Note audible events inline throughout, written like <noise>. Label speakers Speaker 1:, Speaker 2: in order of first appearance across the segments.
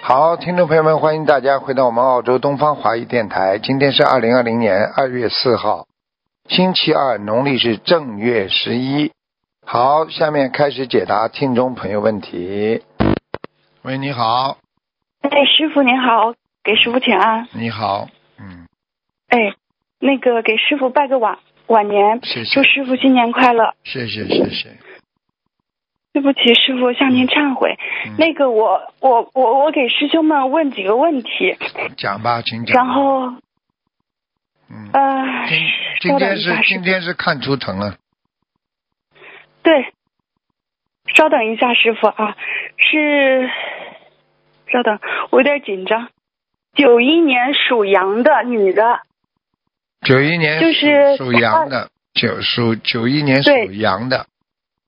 Speaker 1: 好，听众朋友们，欢迎大家回到我们澳洲东方华语电台。今天是二零二零年二月四号，星期二，农历是正月十一。好，下面开始解答听众朋友问题。喂，你好，
Speaker 2: 哎，师傅您好，给师傅请安。
Speaker 1: 你好，嗯，
Speaker 2: 哎，那个给师傅拜个晚晚年，
Speaker 1: 谢谢
Speaker 2: 祝，师傅新年快乐。
Speaker 1: 谢谢，谢谢。
Speaker 2: 对不起，师傅向您忏悔。
Speaker 1: 嗯
Speaker 2: 那个我我我我给师兄们问几个问题，
Speaker 1: 嗯讲吧，请讲。
Speaker 2: 然后
Speaker 1: 嗯，
Speaker 2: 呃，
Speaker 1: 今今
Speaker 2: 稍等
Speaker 1: 天
Speaker 2: 一
Speaker 1: 是
Speaker 2: 下，师
Speaker 1: 今
Speaker 2: 傅
Speaker 1: 天是看图腾了，
Speaker 2: 对，稍等一下，师傅啊，是稍等，我有点紧张。九一年属羊的女的，
Speaker 1: 九一年
Speaker 2: 就是
Speaker 1: 属属羊的，九属九一年属
Speaker 2: 对
Speaker 1: 羊的，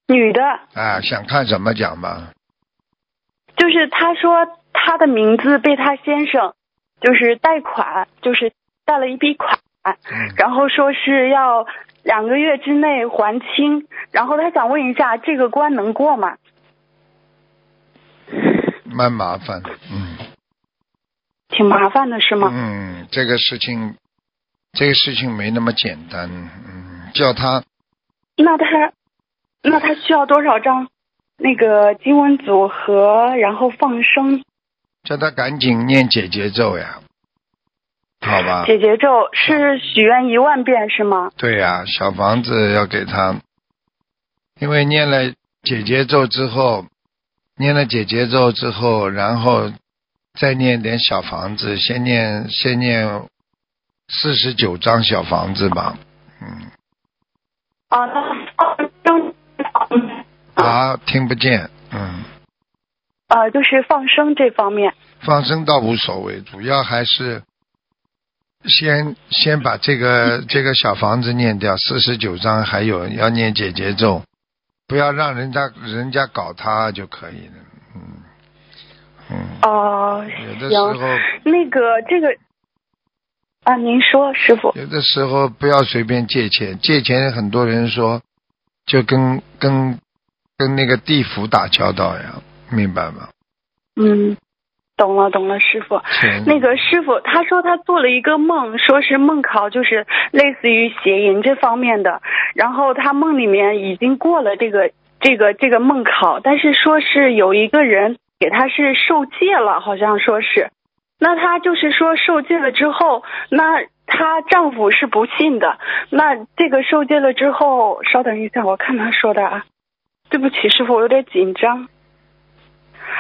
Speaker 2: 女的，
Speaker 1: 啊，想看什么讲吧。
Speaker 2: 就是他说他的名字被他先生就是贷款，就是贷了一笔款，
Speaker 1: 嗯，
Speaker 2: 然后说是要两个月之内还清，然后他想问一下这个关能过吗？
Speaker 1: 蛮麻烦，嗯。
Speaker 2: 挺麻烦的是吗？
Speaker 1: 嗯，这个事情，这个事情没那么简单。嗯，叫他
Speaker 2: 那他那他需要多少张那个经文组合，然后放生
Speaker 1: 叫他赶紧念解结咒呀，好吧？
Speaker 2: 解结咒是许愿一万遍是吗？
Speaker 1: 对呀、小房子要给他，因为念了解结咒之后，念了解结咒之后，然后再念点小房子，先念先念四十九张小房子吧。嗯，
Speaker 2: 啊，那二张
Speaker 1: 啊，听不见，嗯。
Speaker 2: 呃，就是放生这方面。
Speaker 1: 放生倒无所谓，主要还是先先把这个这个小房子念掉，四十九章，还有要念解结咒，不要让人家人家搞他就可以了。嗯嗯，
Speaker 2: 哦、
Speaker 1: 有的时候
Speaker 2: 那个这个啊，您说师傅
Speaker 1: 有的时候不要随便借钱，借钱很多人说就跟跟跟那个地府打交道呀，明白吗？
Speaker 2: 嗯，懂了懂了，师傅。
Speaker 1: 钱
Speaker 2: 那个师傅他说他做了一个梦，说是梦考就是类似于邪淫这方面的，然后他梦里面已经过了这个这个这个梦考，但是说是有一个人给他是受戒了，好像说是，那他就是说受戒了之后，那她丈夫是不信的，那这个受戒了之后，稍等一下，我看他说的啊，对不起师傅，我有点紧张。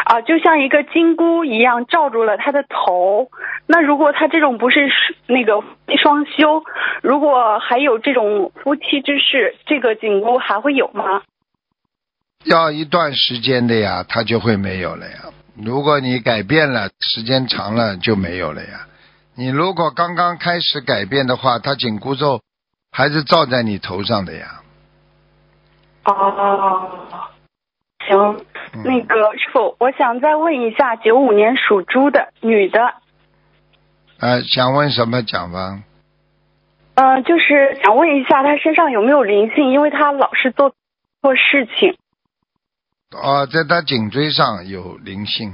Speaker 2: 啊，就像一个金箍一样罩住了他的头。那如果他这种不是那个双修，如果还有这种夫妻之事，这个紧箍还会有吗？
Speaker 1: 要一段时间的呀，它就会没有了呀。如果你改变了，时间长了就没有了呀。你如果刚刚开始改变的话，它紧箍咒还是罩在你头上的呀。
Speaker 2: 哦，行，
Speaker 1: 嗯、
Speaker 2: 那个师傅，我想再问一下，九五年属猪的女的，
Speaker 1: 呃，想问什么讲吧？
Speaker 2: 呃，就是想问一下她身上有没有灵性，因为她老是做错事情。
Speaker 1: 哦，在他颈椎上有灵性，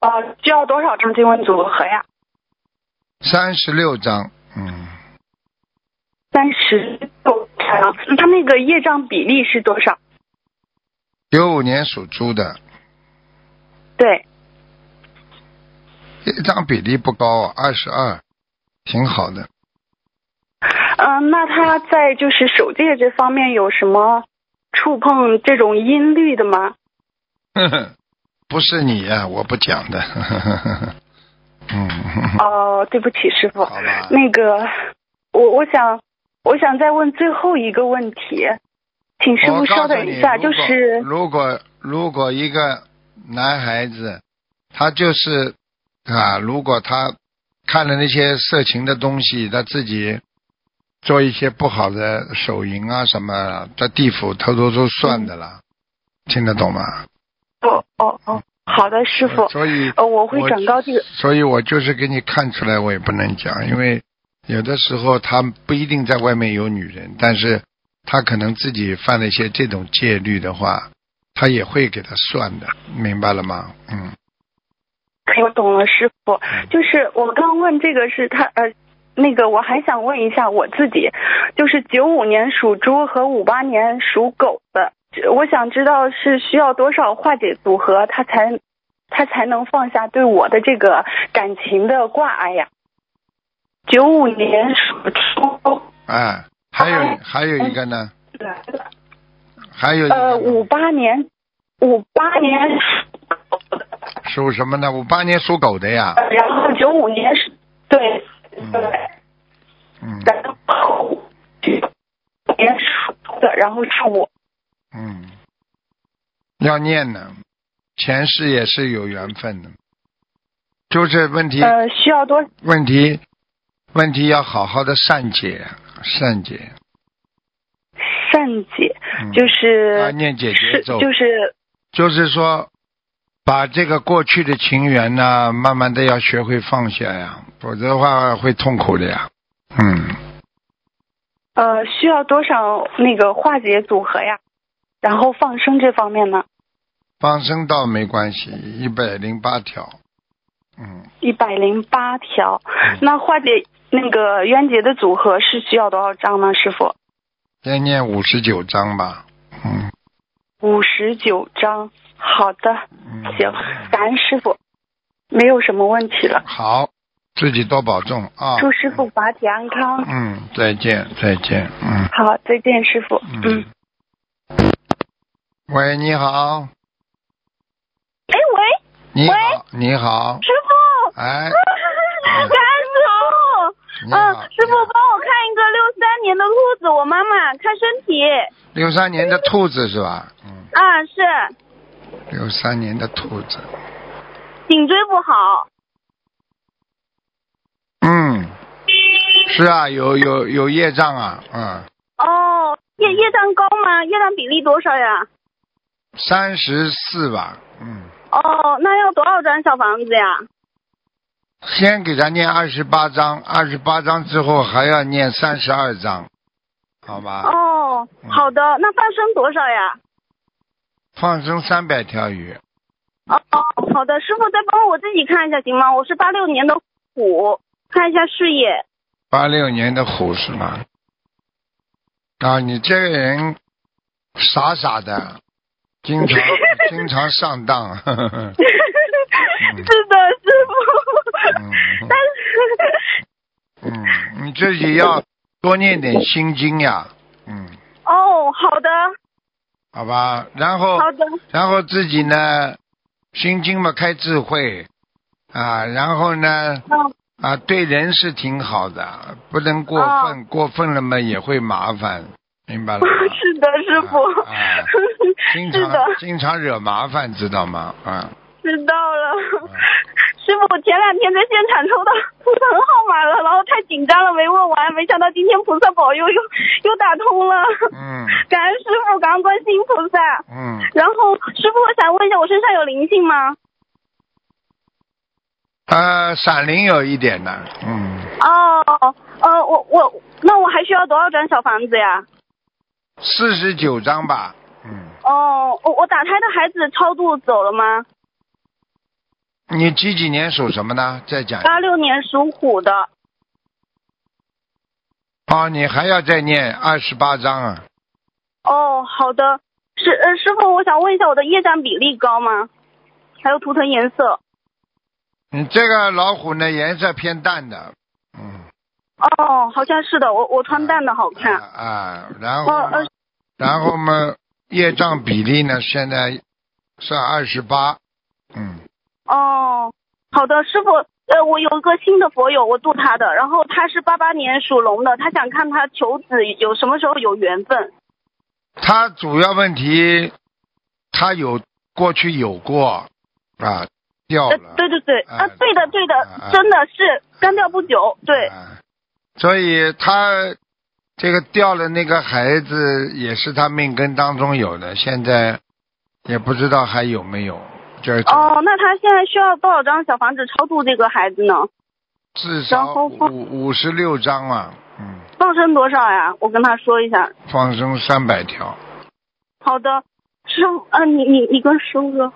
Speaker 2: 呃，需要多少张经文组合呀？
Speaker 1: 三十六章。嗯，
Speaker 2: 三十六张。她那个业障比例是多少？
Speaker 1: 九五年属猪的，
Speaker 2: 对。
Speaker 1: 一张比例不高，二十二，挺好的。 <laughs>
Speaker 2: 嗯，那他在就是手戒这方面有什么触碰这种音律的吗？
Speaker 1: 呵呵，不是你呀、我不讲的。 <laughs> 嗯，
Speaker 2: 哦、对不起，师傅
Speaker 1: 好。吧。
Speaker 2: 那个，我我想我想再问最后一个问题，请师
Speaker 1: 我
Speaker 2: 傅稍
Speaker 1: 告诉
Speaker 2: 等
Speaker 1: 你，
Speaker 2: 一下，就
Speaker 1: 如
Speaker 2: 是
Speaker 1: 果如果如果一个男孩子，他就是啊，如果他看了那些色情的东西，他自己做一些不好的手淫啊什么，在地府偷偷都算的了，听得懂吗？
Speaker 2: 哦哦哦，好的，师傅，
Speaker 1: 所以
Speaker 2: 呃，我会转告这个。
Speaker 1: 所以我就是给你看出来，我也不能讲，因为有的时候他不一定在外面有女人，但是他可能自己犯了一些这种戒律的话，他也会给他算的，明白了吗？嗯，
Speaker 2: 我懂了，师傅。就是我刚问这个是他呃，那个我还想问一下我自己，就是九五年属猪和五八年属狗的，我想知道是需要多少化解组合，他才他才能放下对我的这个感情的挂碍呀？九五年属猪，
Speaker 1: 啊，还有还有一个呢，还有一
Speaker 2: 呃，
Speaker 1: 个
Speaker 2: 五八年，五八年属狗的，
Speaker 1: 属什么呢？五八年属狗的呀，
Speaker 2: 然后九五年是，对，
Speaker 1: 嗯
Speaker 2: 对，
Speaker 1: 嗯
Speaker 2: 然后年属的，然后是我，
Speaker 1: 嗯，要念呢，前世也是有缘分的，就是问题、
Speaker 2: 呃，需要多，
Speaker 1: 问题问题要好好的善解善解，
Speaker 2: 善解，
Speaker 1: 嗯、
Speaker 2: 就是、
Speaker 1: 要念姐姐
Speaker 2: 是
Speaker 1: 咒，
Speaker 2: 就是
Speaker 1: 就是说，把这个过去的情缘呢，慢慢的要学会放下呀，否则的话会痛苦的呀。嗯，
Speaker 2: 呃，需要多少那个化解组合呀？然后放生这方面呢，
Speaker 1: 放生倒没关系，一百零八条。嗯，
Speaker 2: 一百零八条
Speaker 1: 嗯。
Speaker 2: 那化解那个冤结的组合是需要多少张呢，师傅？
Speaker 1: 再念五十九章吧。嗯
Speaker 2: 五十九张。好的，
Speaker 1: 嗯，
Speaker 2: 行，感恩师傅，没有什么问题了。
Speaker 1: 好，自己多保重啊。
Speaker 2: 祝师傅法体安康。
Speaker 1: 嗯，再见，再见。嗯
Speaker 2: 好，再见，师傅。嗯。。
Speaker 1: 喂，你好，
Speaker 3: 哎喂，
Speaker 1: 你好，你好，
Speaker 3: 师傅，
Speaker 1: 哎，
Speaker 3: 感恩师
Speaker 1: 你
Speaker 3: 傅，嗯
Speaker 1: 好，，
Speaker 3: 师傅帮我看一个六三年的兔子，我妈妈看身体
Speaker 1: 六三年的兔子是吧？嗯，
Speaker 3: 啊，是
Speaker 1: 六三年的兔子，
Speaker 3: 颈椎不好，
Speaker 1: 嗯，是啊，有有有业障啊，嗯，
Speaker 3: 哦，业业障高吗？业障比例多少呀？
Speaker 1: 三十四吧，嗯，
Speaker 3: 哦，那要多少张小房子呀？
Speaker 1: 先给他念二十八章，二十八章之后还要念三十二章，好吧？
Speaker 3: 哦，
Speaker 1: 嗯
Speaker 3: 好的，那放生多少呀？
Speaker 1: 放生三百条鱼，
Speaker 3: 哦，好的，师傅再帮我自己看一下行吗？我是八六年的虎，看一下事业。
Speaker 1: 八六年的虎是吗？啊，你这个人傻傻的，经常经常上当， <laughs> 嗯呵呵呵
Speaker 3: <laughs> 是的，师傅。
Speaker 1: 嗯。
Speaker 3: <laughs> 但是
Speaker 1: 嗯，你自己要多念点心经呀，嗯，
Speaker 3: 哦，好的，
Speaker 1: 好吧，然后
Speaker 3: 好的，
Speaker 1: 然后自己呢，心经嘛开智慧啊，然后呢
Speaker 3: 嗯，
Speaker 1: 啊对人是挺好的，不能过分，过分了嘛也会麻烦，明白了吗？
Speaker 3: <laughs> 是的，师傅，
Speaker 1: 啊啊经
Speaker 3: 是
Speaker 1: 常
Speaker 3: 的，
Speaker 1: 经常惹麻烦，知道吗？啊，
Speaker 3: 知道了。
Speaker 1: 嗯
Speaker 3: <laughs> 师傅，我前两天在现场抽到图腾号码了，然后太紧张了，没问完，没想到今天菩萨保佑又又打通了， <laughs>
Speaker 1: 嗯
Speaker 3: 感恩师傅，感恩观世音菩萨。
Speaker 1: 嗯，
Speaker 3: 然后师傅，我想问一下，我身上有灵性吗？
Speaker 1: 呃，闪灵有一点的，嗯，
Speaker 3: 哦，呃，我我那我还需要多少张小房子呀？
Speaker 1: 四十九章吧，嗯。
Speaker 3: 哦，我我打胎的孩子超度走了吗？
Speaker 1: 你几几年属什么呢？再讲一下。
Speaker 3: 八六年属虎的。
Speaker 1: 哦，你还要再念二十八章啊？
Speaker 3: 哦，好的，师呃师傅，我想问一下，我的业障比例高吗？还有图腾颜色？
Speaker 1: 你这个老虎呢，颜色偏淡的，嗯，
Speaker 3: 哦，好像是的，我我穿淡的好看。
Speaker 1: 啊啊，然
Speaker 3: 哦
Speaker 1: 后
Speaker 3: 呃
Speaker 1: 然后嘛，业障比例呢，现在是二十八，嗯，
Speaker 3: 哦，好的，师傅，呃，我有一个新的佛友，我度他的，然后他是八八年属龙的，他想看他求子有什么时候有缘分。
Speaker 1: 他主要问题，他有过去有过啊，掉
Speaker 3: 呃
Speaker 1: 了，，
Speaker 3: 对对对，
Speaker 1: 哎
Speaker 3: 啊，对的对的
Speaker 1: 哎哎，
Speaker 3: 真的是干掉不久，对，
Speaker 1: 啊，所以他这个掉了那个孩子也是他命根当中有的，现在也不知道还有没有，就是
Speaker 3: 哦，那他现在需要多少张小房子超度这个孩子呢？
Speaker 1: 至
Speaker 3: 然
Speaker 1: 少
Speaker 3: 后放
Speaker 1: 五五十六章啊，嗯，
Speaker 3: 放生多少呀？我跟他说一下。
Speaker 1: 放生三百条，
Speaker 3: 呃好的，师傅，嗯、你你你跟师傅说，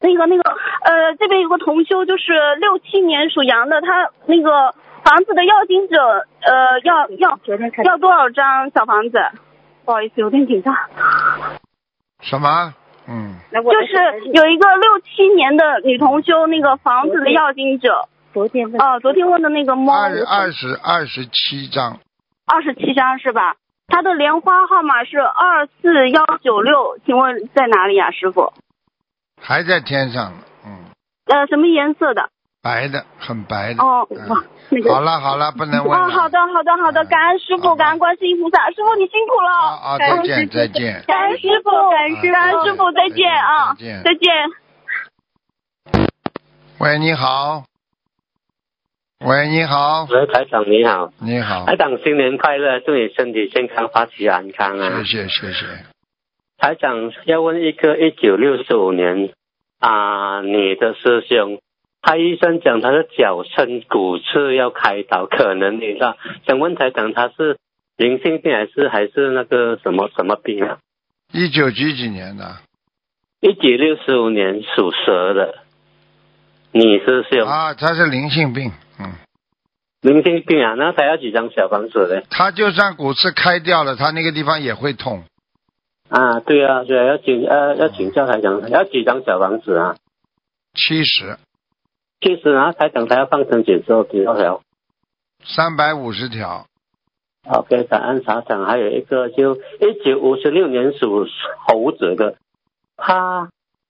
Speaker 3: 那个那个，呃，这边有个同修，就是六七年属羊的，他那个房子的要经者，呃，要要要多少张小房子？不好意思，有点紧张。
Speaker 1: 什么？嗯，
Speaker 3: 就是有一个六七年的女同修，那个房子的要经者。
Speaker 4: 昨天问
Speaker 3: 哦，昨天问的那个猫。
Speaker 1: 二二十二十七张，
Speaker 3: 二十七张是吧？他的莲花号码是二四幺九六，请问在哪里呀、啊师傅？
Speaker 1: 还在天上呢。嗯，
Speaker 3: 呃，什么颜色的？
Speaker 1: 白的，很白的。
Speaker 3: 哦，
Speaker 1: 嗯
Speaker 3: 哇，那个。
Speaker 1: 好了好了，不能问
Speaker 3: 啊，
Speaker 1: 了。
Speaker 3: 好的，好的，好的，
Speaker 1: 嗯
Speaker 3: 感恩师
Speaker 1: 好
Speaker 3: 傅，
Speaker 1: 的
Speaker 3: 感恩观世音菩萨，师傅你辛苦了，
Speaker 1: 啊啊，再见再见。
Speaker 3: 感恩师傅，感
Speaker 1: 师傅
Speaker 3: 感恩师傅，再见啊，
Speaker 1: 再见
Speaker 3: 再见。
Speaker 1: 喂，你好。喂，你好，
Speaker 5: 喂，台长你好，
Speaker 1: 你
Speaker 3: 哎
Speaker 1: 好，
Speaker 5: 台长新年快乐，祝你身体健康，发起安康啊！
Speaker 1: 谢谢谢谢。
Speaker 5: 台长要问一个一九六五年啊女的师兄，他医生讲他的脚肾骨刺要开刀，可能你知道，想问台长他是灵性病还是还是那个什么什么病啊？
Speaker 1: 一九几几年的？
Speaker 5: 一九六五年属蛇的女师兄，
Speaker 1: 啊，他是灵性病，嗯，
Speaker 5: 灵性病啊，那他要几张小房子呢？
Speaker 1: 他就算骨刺开掉了，他那个地方也会痛。
Speaker 5: 啊，对啊，对啊，要请呃要请教台长要几张小房子啊？
Speaker 1: 七十
Speaker 5: 其实啊，台长他要放生几之后比较好。
Speaker 1: 三百五十条，
Speaker 5: OK，感恩台长。还有一个就一九五十六年属猴子的，他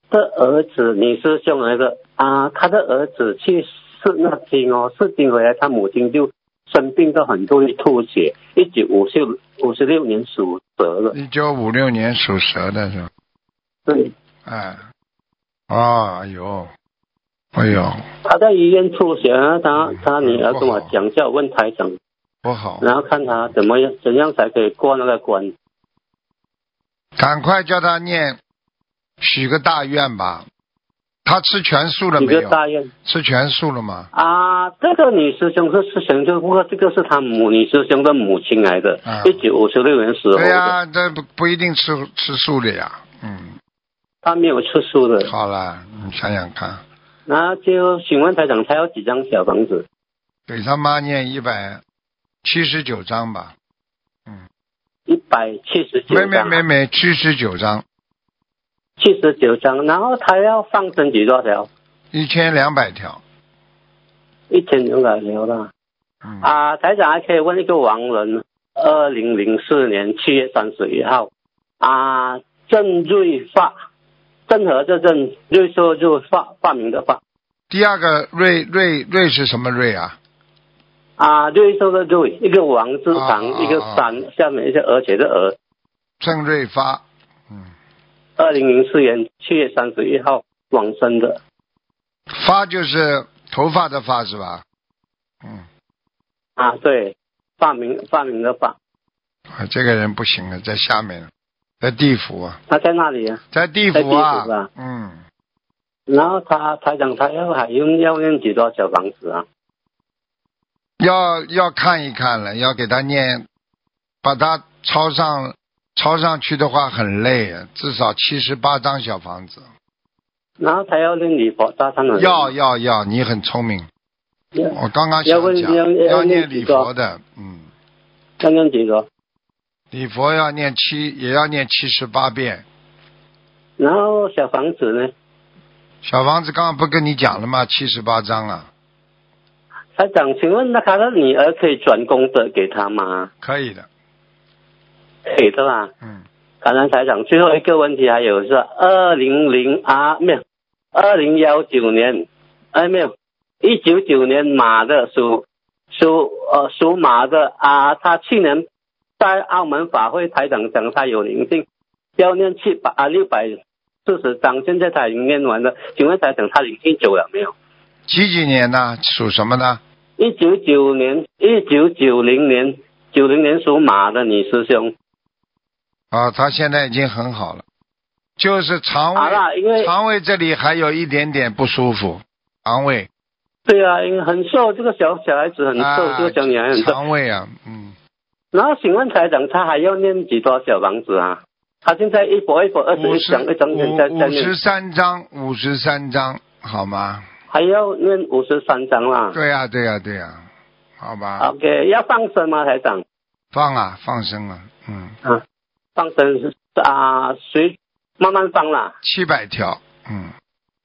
Speaker 5: 的儿子，你是兄来的啊，他的儿子去试那经哦，试经回来，他母亲就生病到很容易吐血。一九五六五十六年属蛇的，
Speaker 1: 一九五六年属蛇的是吧？
Speaker 5: 对，
Speaker 1: 哎，哦，哎呦，哎呦，
Speaker 5: 他在医院吐血啊，他他女儿跟我讲叫，问台长，
Speaker 1: 不好，
Speaker 5: 然后看他怎么样怎样才可以过那个关。
Speaker 1: 赶快叫他念，许个大愿吧。他吃全素了
Speaker 5: 一
Speaker 1: 没
Speaker 5: 个
Speaker 1: 有？
Speaker 5: 大院。
Speaker 1: 吃全素了吗？
Speaker 5: 啊，这个女师兄是师兄，就不过这个是他母女师兄的母亲来的
Speaker 1: 啊，
Speaker 5: 一九五十六年时候
Speaker 1: 对呀、
Speaker 5: 的，
Speaker 1: 这不不一定吃吃素的呀。嗯，
Speaker 5: 他没有吃素的。
Speaker 1: 好了，你想想看，
Speaker 5: 那就请问台长，他有几张小房子？
Speaker 1: 给他妈念一百七十九章吧。
Speaker 5: 一百七十九
Speaker 1: 没没
Speaker 5: 张，
Speaker 1: 没没，七十九章，
Speaker 5: 七十九张。然后他要放生几多条？
Speaker 1: 一千两百条。
Speaker 5: 一千两百条啦。
Speaker 1: 嗯，
Speaker 5: 啊，台长还可以问一个亡人，二零零四年七月三十一号，啊，郑瑞发，郑和的郑，瑞说就发发明的发，
Speaker 1: 第二个瑞瑞瑞是什么瑞啊？
Speaker 5: 啊，瑞兽的瑞，一个王字旁，
Speaker 1: 啊
Speaker 5: 一个山，下面一个而且的而。
Speaker 1: 郑瑞发。嗯，
Speaker 5: 二零零四年七月三十一号往生的，
Speaker 1: 发就是头发的发是吧？嗯，
Speaker 5: 啊，对，发明发明的发，
Speaker 1: 啊，这个人不行了，在下面了，在地府啊，
Speaker 5: 他在那里啊。
Speaker 1: 在地府
Speaker 5: 在地府
Speaker 1: 啊
Speaker 5: 啊。
Speaker 1: 嗯，
Speaker 5: 然后他台长他要还用要念几多小房子啊？
Speaker 1: 要要看一看了，要给他念，把他抄上抄上去的话很累啊，至少七十八张小房子。
Speaker 5: 然后他要念礼佛大忏悔。
Speaker 1: 要要要，你很聪明，
Speaker 5: 要
Speaker 1: 我刚刚
Speaker 5: 要
Speaker 1: 想
Speaker 5: 问
Speaker 1: 讲
Speaker 5: 要要
Speaker 1: 念
Speaker 5: 念
Speaker 1: 礼
Speaker 5: 几个
Speaker 1: 佛的，嗯，
Speaker 5: 要念几多？
Speaker 1: 礼佛要念七，也要念七十八遍。
Speaker 5: 然后小房子呢？
Speaker 1: 小房子刚刚不跟你讲了吗？七十八章啊，
Speaker 5: 台长，请问那他的女儿可以转功德给他吗？
Speaker 1: 可以的，
Speaker 5: 可以的啦。
Speaker 1: 嗯，
Speaker 5: 感恩台长，最后一个问题还有是二零零啊没有，二零幺九年，哎没有，一九九年马的属属呃属马的啊，他去年在澳门法会台长讲他有灵性，要念七百啊六百四十章，现在他已经念完了，请问台长他灵性走了没有？
Speaker 1: 几几年呢？属什么呢？
Speaker 5: 一九九年一九九零年九零年属马的女师兄，
Speaker 1: 啊，他现在已经很好了，就是肠
Speaker 5: 好
Speaker 1: 胃，
Speaker 5: 啦，因为
Speaker 1: 肠胃这里还有一点点不舒服，肠胃
Speaker 5: 对啊，因为很瘦，这个小小孩子很瘦，
Speaker 1: 啊
Speaker 5: 这个小女孩很瘦。
Speaker 1: 肠胃啊，嗯，
Speaker 5: 然后请问台长，他还要念几多小房子啊？他现在一波一波二十
Speaker 1: 五
Speaker 5: 一
Speaker 1: 十
Speaker 5: 章一章
Speaker 1: 五
Speaker 5: 念在在
Speaker 1: 五
Speaker 5: 念
Speaker 1: 十，三章，五十三章，好吗？
Speaker 5: 还要念五十三章啦。
Speaker 1: 对啊呀、对呀、对呀、好吧，
Speaker 5: OK，要放生吗，台长？
Speaker 1: 放啊，放生啊，嗯，
Speaker 5: 放生是啊，随慢慢放啦，
Speaker 1: 七百条，嗯，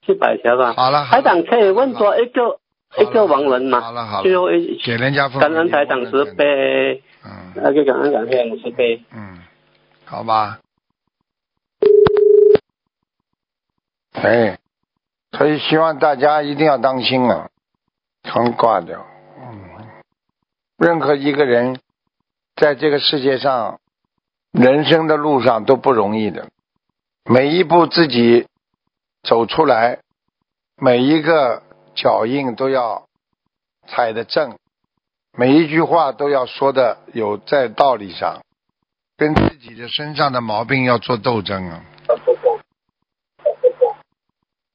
Speaker 5: 七百条吧。
Speaker 1: 好了，好
Speaker 5: 啊台
Speaker 1: 了
Speaker 5: 长可以问多一个
Speaker 1: 好
Speaker 5: 一
Speaker 1: 了
Speaker 5: 个亡人
Speaker 1: 好
Speaker 5: 吗？
Speaker 1: 了好
Speaker 5: 最
Speaker 1: 了，
Speaker 5: 后一
Speaker 1: 给人家分
Speaker 5: 感恩台长慈，悲，
Speaker 1: 嗯
Speaker 5: 那个感恩感谢慈悲。
Speaker 1: 嗯，好吧。哎，所以希望大家一定要当心啊，全挂掉。嗯，任何一个人在这个世界上，人生的路上都不容易的，每一步自己走出来，每一个脚印都要踩得正，每一句话都要说的有在道理上，跟自己的身上的毛病要做斗争啊。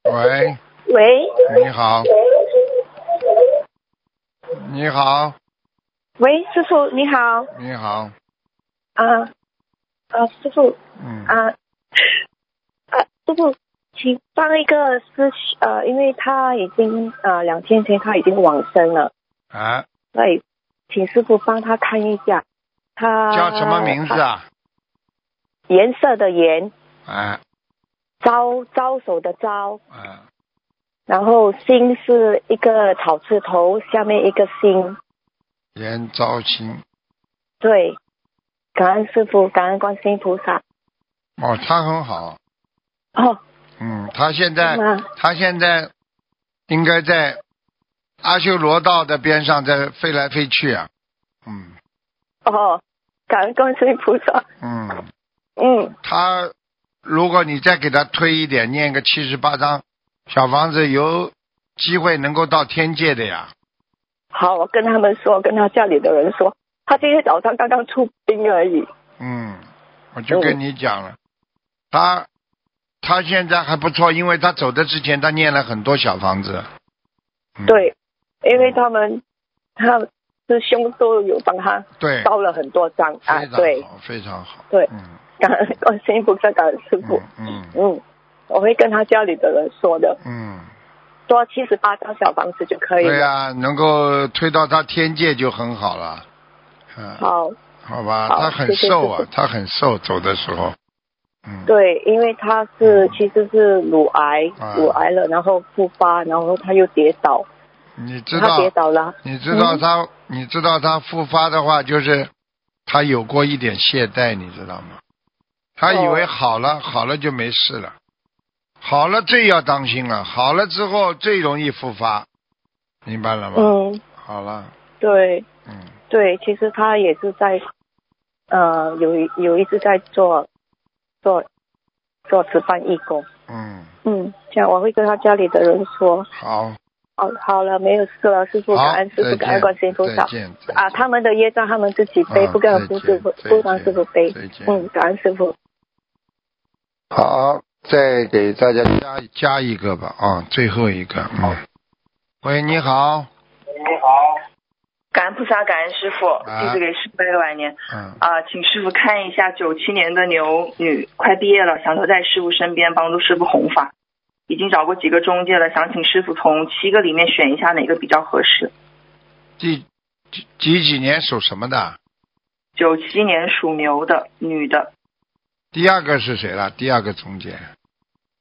Speaker 1: 喂，
Speaker 4: 喂
Speaker 1: 哎你好，你好，
Speaker 4: 喂，师傅你好
Speaker 1: 你好，
Speaker 4: 啊啊，师傅
Speaker 1: 嗯，
Speaker 4: 啊啊，师傅，请帮一个师兄呃，因为他已经呃两天前他已经往生了，
Speaker 1: 啊，
Speaker 4: 所以请师傅帮他看一下他
Speaker 1: 叫什么名字？啊？
Speaker 4: 颜色的颜，
Speaker 1: 啊
Speaker 4: 招招手的招，
Speaker 1: 啊，
Speaker 4: 然后心是一个草字头，下面一个心，
Speaker 1: 严昭兴，
Speaker 4: 对，感恩师傅，感恩观世音菩萨。
Speaker 1: 哦，他很好，
Speaker 4: 哦，
Speaker 1: 嗯，他现在
Speaker 4: 那
Speaker 1: 他现在应该在阿修罗道的边上在飞来飞去啊，嗯
Speaker 4: 哦，感恩观世音菩萨。
Speaker 1: 嗯，
Speaker 4: 嗯，
Speaker 1: 他如果你再给他推一点，念个七十八章，小房子有机会能够到天界的呀。
Speaker 4: 好，我跟他们说，跟他家里的人说，他今天早上刚刚出兵而已。
Speaker 1: 嗯，我就跟你讲了，他他现在还不错，因为他走的之前他念了很多小房子。嗯、
Speaker 4: 对，因为他们他师兄都有帮他
Speaker 1: 对，
Speaker 4: 烧了很多张啊，
Speaker 1: 非常
Speaker 4: 对，
Speaker 1: 好，非常好。
Speaker 4: 对
Speaker 1: 嗯
Speaker 4: 感恩观世音菩萨，感恩师傅
Speaker 1: 嗯。嗯
Speaker 4: 嗯，我会跟他家里的人说的，
Speaker 1: 嗯，
Speaker 4: 多七十八张小房子就可以
Speaker 1: 对
Speaker 4: 了。
Speaker 1: 呀、能够推到他天界就很好了。嗯，
Speaker 4: 好，
Speaker 1: 好吧，
Speaker 4: 好
Speaker 1: 他很
Speaker 4: 谢谢
Speaker 1: 瘦
Speaker 4: 谢
Speaker 1: 啊
Speaker 4: 谢，
Speaker 1: 他很瘦，走的时候。嗯，
Speaker 4: 对，因为他是其实是乳癌
Speaker 1: 啊，
Speaker 4: 乳癌了，然后复发，然后他又跌倒，
Speaker 1: 你知
Speaker 4: 他
Speaker 1: 道
Speaker 4: 跌倒了。
Speaker 1: 你知道
Speaker 4: 嗯
Speaker 1: 他，你知道他复发的话，就是他有过一点懈怠，你知道吗？他以为好
Speaker 4: 哦
Speaker 1: 了，好了就没事了，好了最要当心了，好了之后最容易复发，明白了吗？
Speaker 4: 嗯，
Speaker 1: 好了，
Speaker 4: 对。
Speaker 1: 嗯，
Speaker 4: 对，其实他也是在，呃，有一有一直在做做做值班义工。
Speaker 1: 嗯，
Speaker 4: 嗯，这样我会跟他家里的人说，
Speaker 1: 好，
Speaker 4: 哦，好了，没有事了，师傅
Speaker 1: 好，
Speaker 4: 感恩师
Speaker 1: 再
Speaker 4: 傅
Speaker 1: 见，
Speaker 4: 感恩观世音菩
Speaker 1: 再
Speaker 4: 萨
Speaker 1: 见
Speaker 4: 啊，他
Speaker 1: 们
Speaker 4: 们的业障他们自己背，
Speaker 1: 啊
Speaker 4: 不跟
Speaker 1: 再
Speaker 4: 师
Speaker 1: 见
Speaker 4: 傅
Speaker 1: 再
Speaker 4: 不让师
Speaker 1: 见
Speaker 4: 傅背
Speaker 1: 再见。
Speaker 4: 嗯，感恩师傅。
Speaker 1: 好，再给大家加加一个吧，啊、最后一个，嗯，喂，你好，
Speaker 6: 感恩菩萨，感恩师傅，弟子给师傅拜个晚年
Speaker 1: 嗯，
Speaker 6: 啊、请师傅看一下九七年的牛女，快毕业了，想留在师傅身边帮助师傅弘法，已经找过几个中介了，想请师傅从七个里面选一下哪个比较合适。
Speaker 1: 第几几几年属什么的？
Speaker 6: 九七年属牛的女的，
Speaker 1: 第二个是谁了？第二个中介，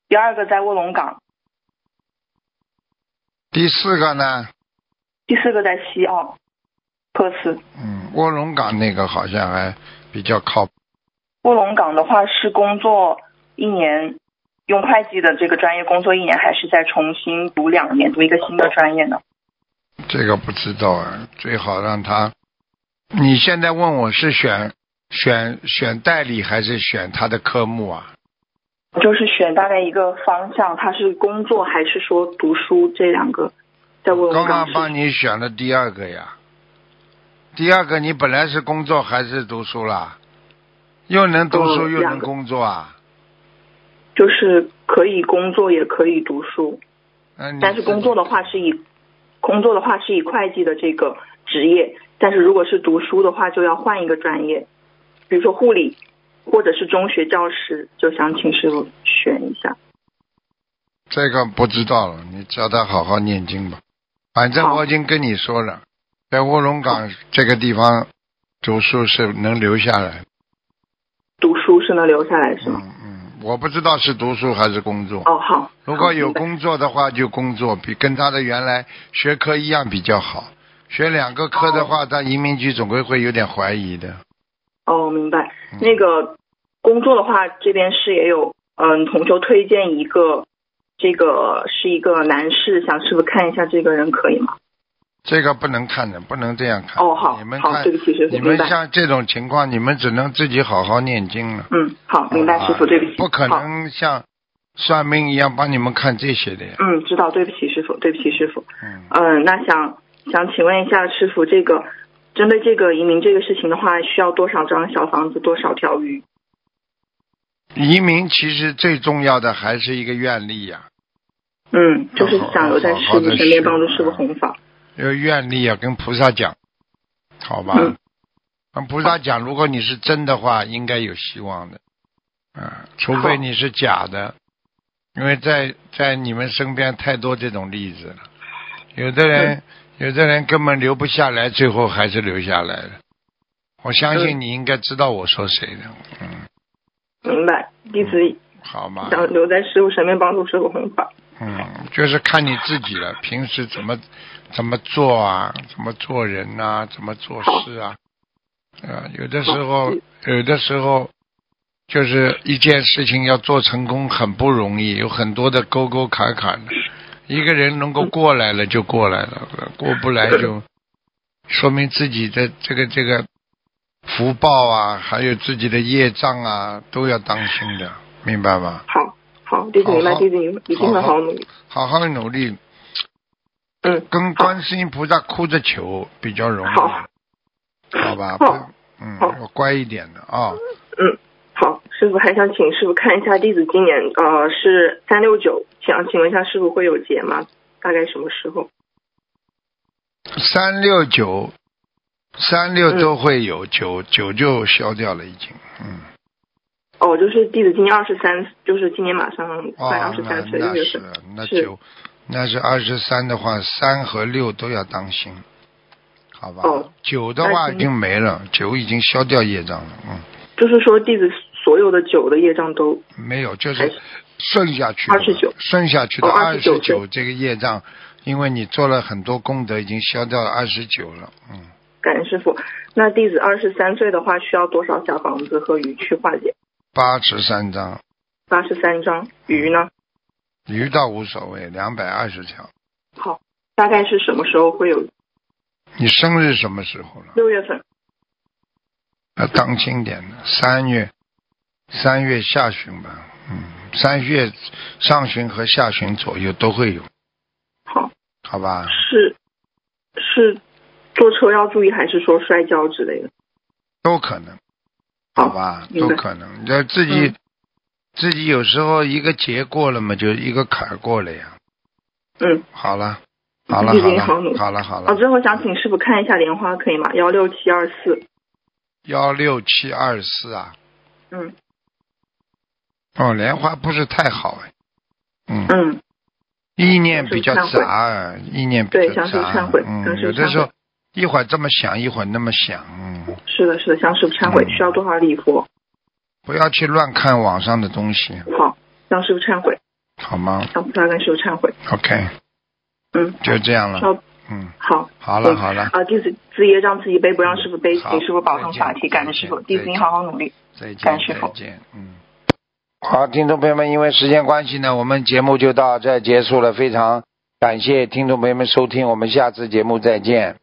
Speaker 6: 第二个在卧龙岗，
Speaker 1: 第四个呢？
Speaker 6: 第四个在西澳，珀斯。
Speaker 1: 嗯，卧龙岗那个好像还比较靠谱。
Speaker 6: 卧龙岗的话是工作一年，用会计的这个专业工作一年，还是再重新读两年，读一个新的专业呢？
Speaker 1: 这个不知道啊，最好让他。你现在问我是选选选代理还是选他的科目啊？
Speaker 6: 就是选大概一个方向，他是工作还是说读书这两个？再问
Speaker 1: 刚
Speaker 6: 问
Speaker 1: 刚
Speaker 6: 是
Speaker 1: 帮你选了第二个呀。第二个，你本来是工作还是读书啦？又能读书
Speaker 6: 嗯
Speaker 1: 又能
Speaker 6: 两个
Speaker 1: 工作啊？
Speaker 6: 就是可以工作也可以读书，
Speaker 1: 嗯，
Speaker 6: 但是工作的话是以工作的话是以会计的这个职业，但是如果是读书的话就要换一个专业，比如说护理或者是中学教师，就想请师傅选一下。
Speaker 1: 这个不知道了，你叫他好好念经吧。反正
Speaker 6: 好
Speaker 1: 我已经跟你说了，在卧龙岗这个地方读书是能留下来的。
Speaker 6: 读书是能留下来是吗？
Speaker 1: 嗯嗯，我不知道是读书还是工作。
Speaker 6: 哦，好。
Speaker 1: 如果有
Speaker 6: 好明白
Speaker 1: 工作的话，就工作，比跟他的原来学科一样比较好。学两个科的话，到移民局总归会有点怀疑的。
Speaker 6: 哦，明白。
Speaker 1: 嗯
Speaker 6: 那个工作的话，这边是也有，嗯，同修推荐一个，这个是一个男士，想师傅看一下这个人可以吗？
Speaker 1: 这个不能看的，不能这样看。
Speaker 6: 哦，好
Speaker 1: 你们，
Speaker 6: 好，
Speaker 1: 看
Speaker 6: 对，不起，师傅，
Speaker 1: 你
Speaker 6: 明
Speaker 1: 们
Speaker 6: 白。
Speaker 1: 像这种情况，你们只能自己好好念经了。
Speaker 6: 嗯，好，明白，
Speaker 1: 啊
Speaker 6: 师傅，对不起。
Speaker 1: 不可
Speaker 6: 好。
Speaker 1: 能像算命一样帮你们看这些的呀。
Speaker 6: 嗯，知道，对不起，师傅，对不起，师傅。
Speaker 1: 嗯，
Speaker 6: 嗯，那想想请问一下师傅，这个针对这个移民这个事情的话，需要多少张小房子，多少条鱼？
Speaker 1: 移民其实最重要的还是一个愿力呀、
Speaker 6: 嗯，就是
Speaker 1: 好好
Speaker 6: 想留在
Speaker 1: 好
Speaker 6: 师
Speaker 1: 好
Speaker 6: 傅
Speaker 1: 地
Speaker 6: 身边，
Speaker 1: 学
Speaker 6: 帮助师傅
Speaker 1: 嗯
Speaker 6: 弘法。
Speaker 1: 要愿力要跟菩萨讲，好吧？
Speaker 6: 嗯
Speaker 1: 跟菩萨讲，如果你是真的话，应该有希望的，啊，除非你是假的，因为在在你们身边太多这种例子了，有的人、有的人根本留不下来，最后还是留下来了。我相信你应该知道我说谁的，嗯，
Speaker 6: 明白，弟子
Speaker 1: 好吗？
Speaker 6: 想留在师傅身边，帮助师傅弘法。
Speaker 1: 嗯，就是看你自己了，平时怎么怎么做啊，怎么做人呐、怎么做事啊，啊，有的时候，有的时候就是一件事情要做成功很不容易，有很多的沟沟坎坎的。一个人能够过来了就过来了，过不来就说明自己的这个这个福报啊，还有自己的业障啊，都要当心的，明白吗？
Speaker 6: 好，好，弟子明白，
Speaker 1: 好好
Speaker 6: 弟子明白，一定会
Speaker 1: 好好
Speaker 6: 好好努力。
Speaker 1: 好好努力，
Speaker 6: 嗯，
Speaker 1: 跟观世音菩萨哭着求比较容易，
Speaker 6: 好
Speaker 1: 好吧？
Speaker 6: 好
Speaker 1: 嗯，
Speaker 6: 好
Speaker 1: 要乖一点的啊、
Speaker 6: 好，师傅还想请师傅看一下弟子今年呃是三六九，想请问一下师傅会有节吗？大概什么时候？
Speaker 1: 三六九，三六都会有，九九就消掉了，已经。嗯，
Speaker 6: 哦，就是弟子今年二十三，就是今年马上快
Speaker 1: 哦
Speaker 6: 二，十
Speaker 1: 那
Speaker 6: 三岁，六
Speaker 1: 那
Speaker 6: 月
Speaker 1: 是
Speaker 6: 份。
Speaker 1: 那
Speaker 6: 是
Speaker 1: 就那是二十三的话，三和六都要当心，好吧？
Speaker 6: 哦
Speaker 1: 九的话
Speaker 6: 那行
Speaker 1: 已经没了，九已经消掉业障了，嗯，
Speaker 6: 就是说弟子所有的九的业障都
Speaker 1: 没有，就
Speaker 6: 还
Speaker 1: 是
Speaker 6: 是
Speaker 1: 顺下去的
Speaker 6: 29
Speaker 1: 顺下去的
Speaker 6: 哦
Speaker 1: 二十
Speaker 6: 29
Speaker 1: 九这个业障，因为你做了很多功德，已经消掉了二十九了，嗯，
Speaker 6: 感恩师傅。那弟子二十三岁的话，需要多少小房子和鱼去化解？
Speaker 1: 八十三章，
Speaker 6: 八十三张鱼呢？
Speaker 1: 鱼倒无所谓，两百二十条。
Speaker 6: 好，大概是什么时候会有？
Speaker 1: 你生日什么时候了？
Speaker 6: 六月份。
Speaker 1: 要当心点的，三月，三月下旬吧，嗯，三月上旬和下旬左右都会有，
Speaker 6: 好，
Speaker 1: 好吧？
Speaker 6: 是是坐车要注意，还是说摔跤之类的？
Speaker 1: 都可能，
Speaker 6: 好
Speaker 1: 好吧，
Speaker 6: 明
Speaker 1: 都
Speaker 6: 白
Speaker 1: 可能。要自己、
Speaker 6: 嗯
Speaker 1: 自己有时候一个节过了嘛，就一个坎儿过了呀。
Speaker 6: 嗯，
Speaker 1: 好了，好了，
Speaker 6: 已
Speaker 1: 好
Speaker 6: 经
Speaker 1: 了，
Speaker 6: 好努力
Speaker 1: 好了，好
Speaker 6: 哦，
Speaker 1: 了。
Speaker 6: 最后想请师傅看一下莲花，可以吗？幺六七二四，
Speaker 1: 幺六七二四啊，
Speaker 6: 嗯
Speaker 1: 哦，莲花不是太好哎，嗯，
Speaker 6: 嗯，
Speaker 1: 意念比较
Speaker 6: 向忏悔
Speaker 1: 杂，啊意念比
Speaker 6: 对
Speaker 1: 较
Speaker 6: 向师父
Speaker 1: 杂
Speaker 6: 忏悔，向
Speaker 1: 嗯，
Speaker 6: 师父
Speaker 1: 有的
Speaker 6: 忏
Speaker 1: 时候
Speaker 6: 悔
Speaker 1: 一会儿这么想，一会儿那么想，嗯，
Speaker 6: 是的，是的，向师傅忏悔，
Speaker 1: 嗯
Speaker 6: 需要多少礼佛？
Speaker 1: 不要去乱看网上的东西，
Speaker 6: 好，向师傅忏悔，
Speaker 1: 好吗
Speaker 6: 向菩萨跟师傅忏悔，
Speaker 1: ？OK，
Speaker 6: 嗯，
Speaker 1: 就这样了，
Speaker 6: 好
Speaker 1: 嗯，
Speaker 6: 好。
Speaker 1: 好了，
Speaker 6: 嗯
Speaker 1: 好了，
Speaker 6: 啊，弟子自业让自己背，不让师傅背，
Speaker 1: 好
Speaker 6: 请师傅保重
Speaker 1: 再见
Speaker 6: 法体，感
Speaker 1: 再
Speaker 6: 恩师
Speaker 1: 见
Speaker 6: 傅。弟
Speaker 1: 再
Speaker 6: 子你
Speaker 1: 见
Speaker 6: 好好努力。
Speaker 1: 再见，
Speaker 6: 感谢
Speaker 1: 再
Speaker 6: 好
Speaker 1: 见，嗯。好，听众朋友们，因为时间关系呢，我们节目就到这儿结束了。非常感谢听众朋友们收听，我们下次节目再见。